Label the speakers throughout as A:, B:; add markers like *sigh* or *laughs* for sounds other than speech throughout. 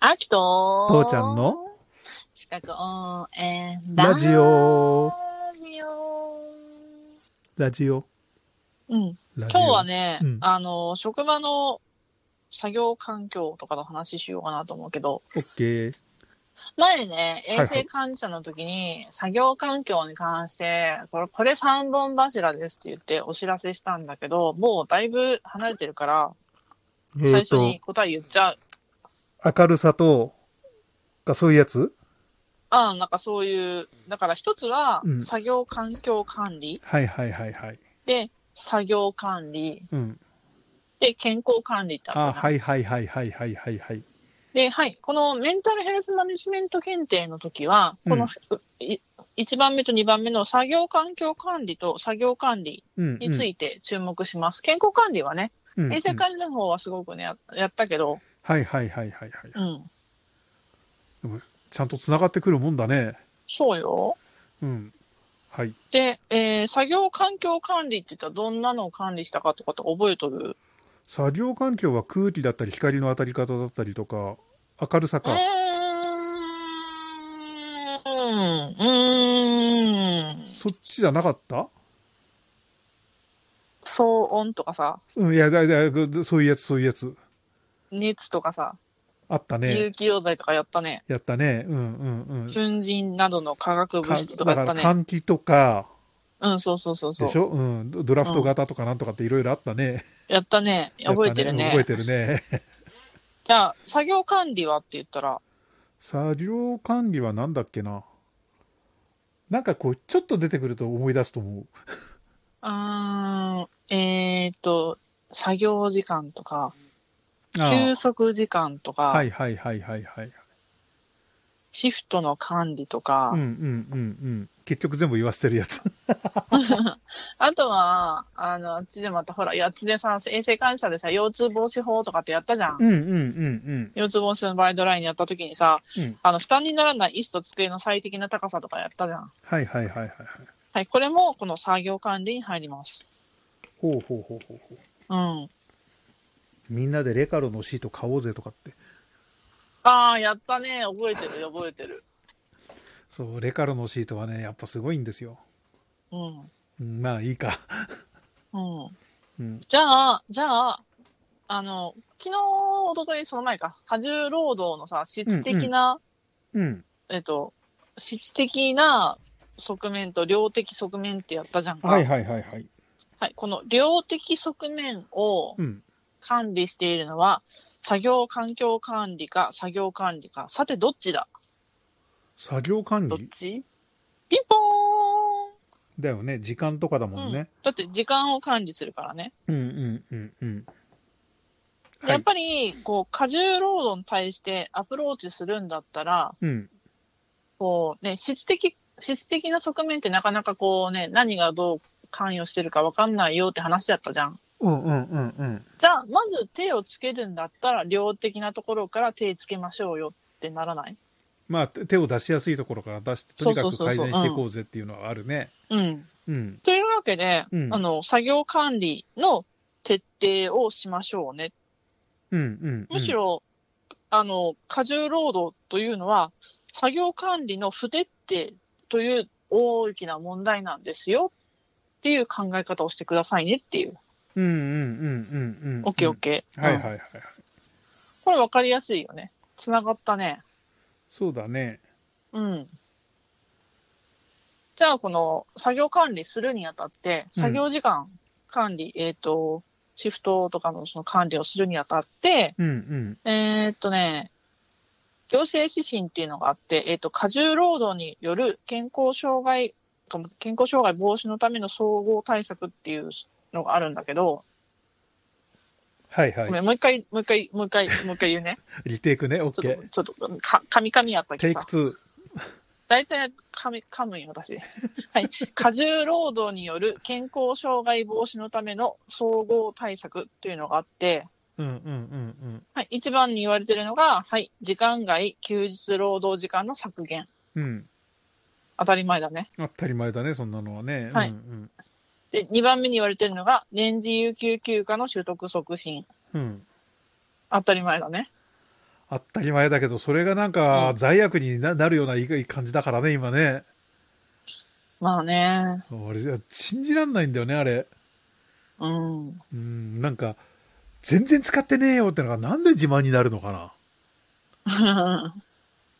A: あきと
B: 父ちゃんの
A: 四角応援
B: ラジオ
A: ラジオ
B: ラジオ。
A: うん、
B: ラジ
A: 今
B: オ
A: 日は。ね、
B: うん
A: あの、職場の作業環境とかの話しようかなと思うけど、
B: オッケー。
A: 前ね、
B: いは
A: 衛
B: い
A: 生患者の時に、作業環境に関して、これ、これ3本柱ですって言ってお知らせしたんだけど、もうだいぶ離れてるから、最
B: えっ、
A: 初に
B: と、
A: 答え言っちゃう。
B: 明るさと、がそういうやつ
A: ああ、なんかそういう、だから一つは
B: う、ん
A: 作業環境管理、
B: はいはいはいはい。
A: で、作業管理、
B: うん。
A: で、健康管理ってあっ
B: あ、
A: たな
B: はいはいはいはいはいはいはい。
A: で、はい、このメンタルヘルスマネジメント検定の時は、この、い1番目と2番目の作業環境管理と作業管理
B: うん。
A: について注目します。健康管理はね、
B: うん、
A: 衛生管理の方はすごくね、ややったけど、
B: うんはいはいはいはいはい。
A: うん、
B: ちゃんと繋がってくるもんだね。
A: そうよ。
B: うん。はい。
A: で、えー作業環境管理って言ったらどんなのを管理したかとかって覚えとる
B: 作業環境は空気だったり、光の当たり方だったりとか、明るさ
A: うー
B: か。
A: ん、うーん、
B: そっちじゃなかった
A: 騒音とかさ、
B: うん、いや、だだそういうやつ、そういうやつ。
A: 熱とかさ、
B: あったね。
A: 有機溶剤とかやったね。
B: やったね。うんうんうん。
A: 粉塵などの化学
B: か
A: 物質とかやっ
B: だか
A: た
B: ら
A: ね。
B: 換気とか、
A: うん、そうそうそうそ
B: で
A: う
B: し。ょうん。ドドラフト型とかなんとかっていろいろあったね。
A: やったね。覚えてるね。
B: やった覚えてるね。
A: じゃあ、作業管理はって言ったら、
B: 作業管理はなんだっけな。なんかこう、ちょっと出てくると思い出すと思う。
A: うーん、えーっと、作業時間とか、休
B: あ
A: 息時間とか、
B: あはいはいはいはいはい。
A: シフトの管理とか、
B: うんうんうんうん。結局全部言わせてるやつ。
A: あとは、あの、あっちでまたほら、いやあっちでさ、衛生監査でさ、腰痛防止法とかってやったじゃん。
B: *laughs* うんうんうん
A: 腰痛防止のバイドラインやった時にさ、
B: うん
A: あの、負担にならない椅子と机の最適な高さとかやったじゃん。
B: はいはいはいはいはい。
A: はい、これもこの作業管理に入ります。
B: ほうほうほうほうほ
A: う
B: う。
A: ん。
B: みんなでレカロのシート買おうぜとかって。
A: ああ、やったね。覚えてる、覚えてる。
B: そう、レカロのシートはね、やっぱすごいんですよ。
A: うん。
B: うんまあいいか。
A: うん。
B: うん。
A: じゃあ、じゃあ、あの、昨日、おととい、その前か、過重労働のさ、質的な、
B: うん。
A: えっと、質的な側面と量的側面ってやったじゃんか。
B: はいはいはいはい。
A: はい。この量的側面を
B: うん。
A: 管理しているのは、作業環境管理か作業管理か。さて、どっちだ
B: 作業管
A: どっ
B: 理
A: ちピンポーン
B: だよね。時間とかだもんね。
A: だって時間を管理するからね。
B: うんうんうんうん。
A: でやっぱり、こう、過重労働に対してアプローチするんだったら、
B: うん。
A: こう、ね、質的、質的な側面ってなかなかこうね、何がどう関与してるかわかんないよって話だったじゃん。
B: うんうんうんうん。
A: じゃあ、まず手をつけるんだったら、量的なところから手つけましょうよってならない
B: まあ、手手を出しやすいところから出して、とにか
A: そう
B: く
A: そうそう
B: 改
A: そう
B: 善していこうぜっていうのはあるね。
A: うん。
B: うん。
A: というわけで、
B: うん
A: あの、作業管理の徹底をしましょうね。
B: うんうん。
A: むし、ろ、あの、過重労働というのは、作業管理の不徹底という大きな問題なんですよっていう考え方をしてくださいねっていう。
B: うんうんうんうんうん。
A: オッケーオッケー。
B: はい
A: うん
B: はいはいはい。
A: これ分かりやすいよね。つながったね。
B: そうだね。
A: うん。じゃあ、この作業管理するにあたって、
B: うん
A: 作業時間管理、えっ、と、シフトとかのその管理をするにあたって、
B: うん
A: えーっとね、行政指針っていうのがあって、えーっと、過重労働による健康障害、健康障害防止のための総合対策っていうのがあるんだけど、
B: はいは
A: ごめ
B: い。
A: んもう一回、もう一回、もう一回、もう一回言うね。
B: リテイクね、オッ
A: ち
B: ケ
A: ょっ
B: ー。
A: と、ちょっと、か、噛み噛みやった
B: テ
A: け
B: イ
A: ど
B: ク
A: さ。
B: 2。
A: 大体噛み、噛むよ、私。 *laughs* はい。過重労働による健康障害防止のための総合対策っていうのがあって、
B: うんうんうん
A: はい。一番に言われてるのが、はい。時間外、休日労働時間の削減。
B: うん。うん。
A: 当たり前だね。
B: 当たり前だね、そんなのはね。
A: はい
B: うん
A: で、2番目に言われてるのが、年次有給休暇の取得促進。
B: うん。うん。
A: 当たり前だね。
B: 当たり前だけど、それがなんか
A: うん
B: 罪悪にななるようないい感じだからね、今ね。
A: まあね。
B: 俺、信じらんないんだよね、あれ。
A: うん。 *laughs*
B: うん、なんか、全然使ってねえよってのがなんで自慢になるのかな。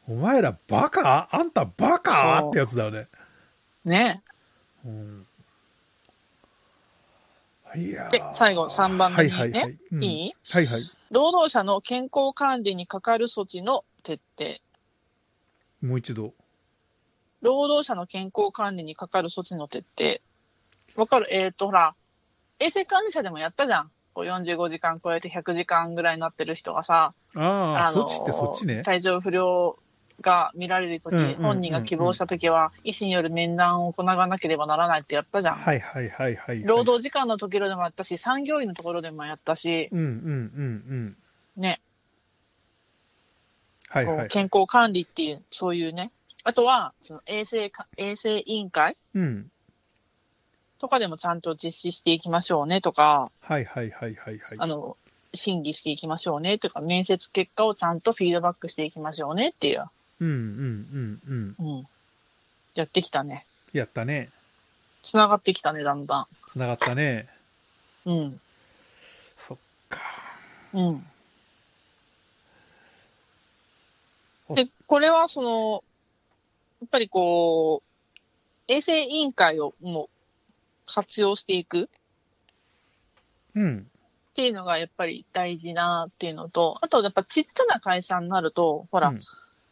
B: お前らバカあんたバカ
A: そう
B: ってやつだよね。
A: ね
B: うん、いやー
A: で最後三番目にね
B: はいはいはい。うん
A: いい
B: はいはい。
A: 労働者の健康管理にかかる措置の徹底。
B: もう一度。
A: 労働者の健康管理にかかる措置の徹底。わかるえっ、と、ほら、衛生管理者でもやったじゃん。こう45時間超えて100時間ぐらいになってる人がさ、
B: ああ、
A: の
B: そっちってそっちね。
A: 体調不良が見られるとき、
B: うんうんうんうん
A: 本人が希望したときは、医師による面談を行わなければならないってやったじゃん。
B: はいはいはいはい。
A: 労。働時間のところでもやったし、産業医のところでもやったし、
B: うんうんうんうん。
A: ね、
B: はいは
A: こう
B: い。
A: 健康管理っていう、そういうね。あとは、その衛生か、衛生委員会
B: うん。
A: とかでもちゃんと実施していきましょうねとか、
B: はいはいはいはいはい。
A: あの、審議していきましょうねとか、面接結果をちゃんとフィードバックしていきましょうねっていう、
B: うんうんうんうん。
A: うん。やってきたね。
B: やったね。
A: つながってきたね、だんだ
B: つながったね。
A: ん。うん。
B: そっか。
A: うん。
B: お
A: で、これはその、やっぱりこう、衛生委員会をもう活用していく
B: うん。
A: っていうのがやっぱり大事なっていうのと、あとやっぱちっちゃな会社になると、ほら、
B: うん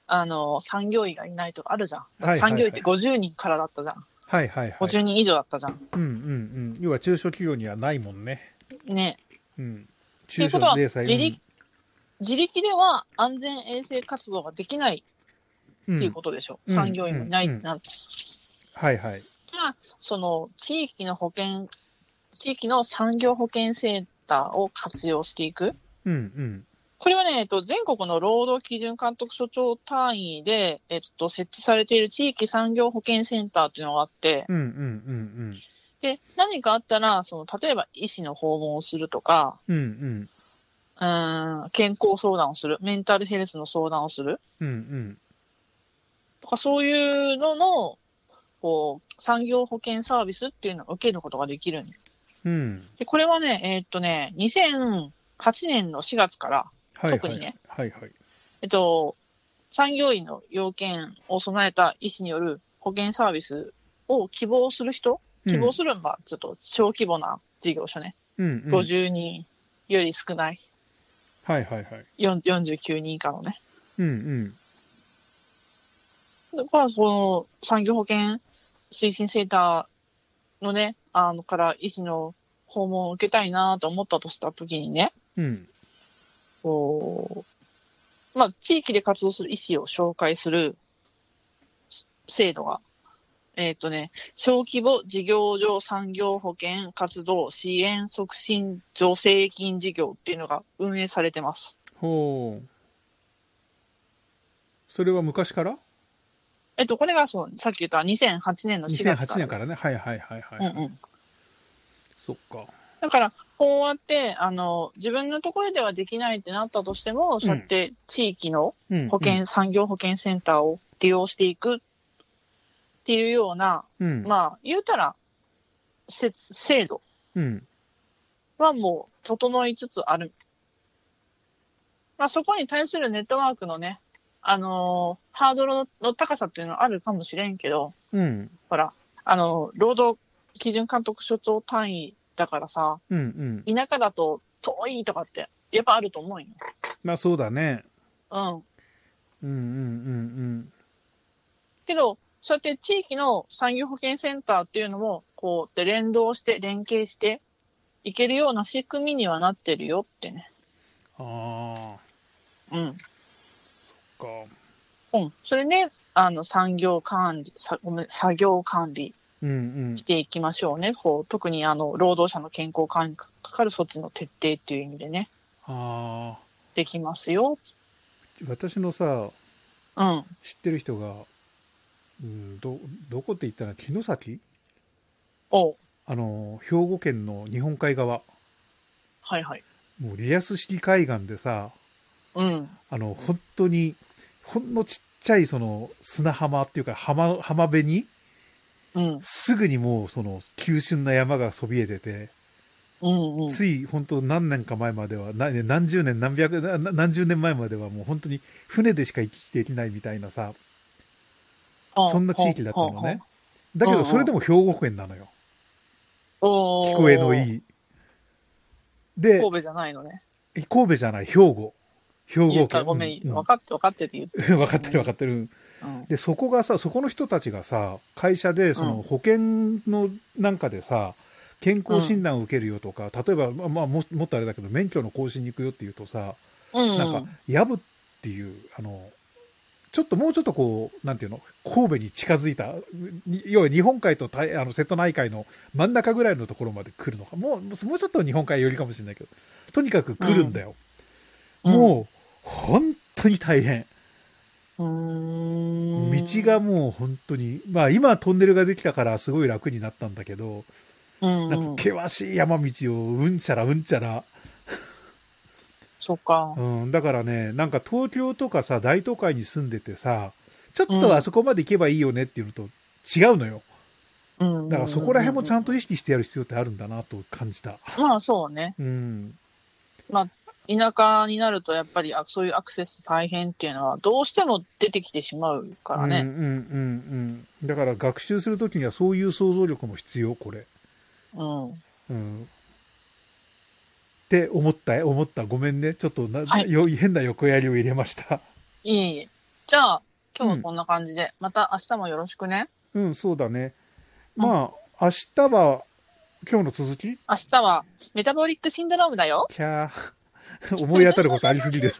A: あの、産業医がいないとかあるじゃん。
B: いはいはい
A: 産業医って50人からだったじゃん。
B: はいはいはい。
A: 50人以上だったじゃん。
B: うんうんうん。要は中小企業にはないもんね。
A: ね。
B: うん。
A: い
B: 中
A: うこ
B: 小
A: とは
B: 零細
A: 自力自力では安全衛生活動ができない
B: うん
A: っていうことでしょ。
B: うん
A: 産業医もいない
B: うん
A: っ
B: うん
A: てなった
B: はいはい。
A: ら、その地域の保険、地域の産業保険センターを活用していく。
B: うんうん。
A: これはね、えっと、全国の労働基準監督署長単位で、えっと、設置されている地域産業保健センターっていうのがあって、
B: うんうんうん
A: で、何かあったら、その、例えば医師の訪問をするとか、
B: うん。うん
A: うーん、健康相談をする、メンタルヘルスの相談をする
B: うん。うんうん。
A: とか、そういうのの、こう、産業保険サービスっていうのを受けることができるんで
B: うん。
A: で、これはね、えっとね、2008年の4月から、
B: はいはい。
A: 特にね。
B: はいはい。
A: えっと、産業医の要件を備えた医師による保険サービスを希望する人、希望するのがちょっと小規模な事業所ね、
B: うんうんうん。
A: 50人より少ない、
B: はいはいはい。
A: よん49人以下のね。
B: うんうん。
A: だから、その産業保険推進センターのね、あのから医師の訪問を受けたいなと思ったとしたときにね、
B: うん。
A: こう、まあ、地域で活動する医師を紹介する制度が、えっ、とね、小規模事業上産業保険活動支援促進助成金事業っていうのが運営されてます。
B: ほう。それは昔から
A: えっと、これがその、さっき言った2008年の4
B: ?2008
A: 月から。
B: 年からね。はいはいはいはい。
A: うんうん。
B: そっか。
A: だから、こうやって、あの、自分のところではできないってなったとしても、そうやって地域の
B: うん
A: 保険、。産業保険センターを利用していくっていうような、
B: うん。あ。
A: まあ、言うたら、せ制度
B: うん。
A: はもう整いつつある。まあ、そこに対するネットワークのね、あのーハードルのの高さっていうのはあるかもしれんけど、
B: うん。
A: ほら、あのー労働基準監督署長単位だからさ、
B: うんうん。
A: 田舎だと遠いとかって、やっぱあると思うんよ。
B: まあそうだね。
A: うん。
B: うんうん
A: けど、そうやって地域の産業保険センターっていうのも、こうって連動して、連携していけるような仕組みにはなってるよってね。
B: うんうん。ああ、
A: うん。
B: そっか。
A: うん。それね、あの、産業管理、さごめん、作業管理
B: うんうん
A: し。ていきましょうね。こう、特にあの、労働者の健康管理にかかる措置の徹底っていう意味でね、
B: ああ、
A: できますよ。
B: 私のさ、
A: うん。
B: 知ってる人が、うん、ど、どこって言ったら、城崎
A: おう
B: あの、兵庫県の日本海側。
A: はいはい。
B: もうリアス式海岸でさ、
A: うん。
B: あの、本当に、ほんのちっちゃいその砂浜っていうか浜、浜辺に、
A: うん。
B: すぐにもうその急峻な山がそびえてて、
A: うん。うん。
B: つい本当何年か前までは、な何十年何百、な何十年前まではもう本当に船でしか行き来できないみたいなさ、そんな地域だったのね。だけ
A: うんう
B: ど
A: ん
B: それでも兵庫県なのよ。
A: ほう。聞
B: 聞こえのいい。で、
A: 神戸じゃないのね。
B: 神戸じゃない、兵庫。兵
A: 言
B: 庫
A: ったら
B: 県。
A: ごめん。
B: うんう
A: 分
B: ん
A: かって分かってって言って。
B: *laughs* 分かってる分かってる。
A: うん。
B: で、そこがさ、そこの人たちがさ、会社で、その保険のなんかでさ、健康診断を受けるよとか、例えば、まあまあ、ももっとあれだけど、免許の更新に行くよっていうとさ、
A: うん。
B: なんか、ヤブっていう、あの、ちょっともうちょっとこう、なんていうの、神戸に近づいた、に要は日本海と太あの瀬戸内海の真ん中ぐらいのところまで来るのか、もう、もうもうちょっと日本海寄りかもしれないけど、とにかく来るんだよ。
A: うん
B: もう、本当に大変。
A: うーん。
B: 道がもう本当に、まあ今トンネルができたからすごい楽になったんだけど、
A: うん、う
B: なん
A: ん
B: か。険しい山道をうんちゃらうんちゃら、
A: そっか。
B: うん、だからね、なんか東京とかさ、大都会に住んでてさ、ちょっとあそこまで行けばいいよねっていうのと違うのよ。
A: うん。
B: だからそこら辺もちゃん
A: と。
B: と意識してやる必要ってあるんだなと感じた。
A: まあそうね。
B: うん。
A: 田舎になるとやっぱりあそういうアクセス大変っていうのはどうしても出てきてしまうから
B: うん
A: ね。
B: うんうんうん。だから学習するときにはそういう想像力も必要、これ。
A: うん。
B: うんって思ったよ思ったごめんねちょっとな、
A: はい
B: よ変な横やりを入れました *laughs*
A: いえいえ。じゃあ、今日はこんな感じで、また明日もよろしくね。
B: うんそうだねまあ明日は今日の続き
A: 明日はメタボリックシンドロームだよ。
B: *laughs* キャー思い当たることありすぎる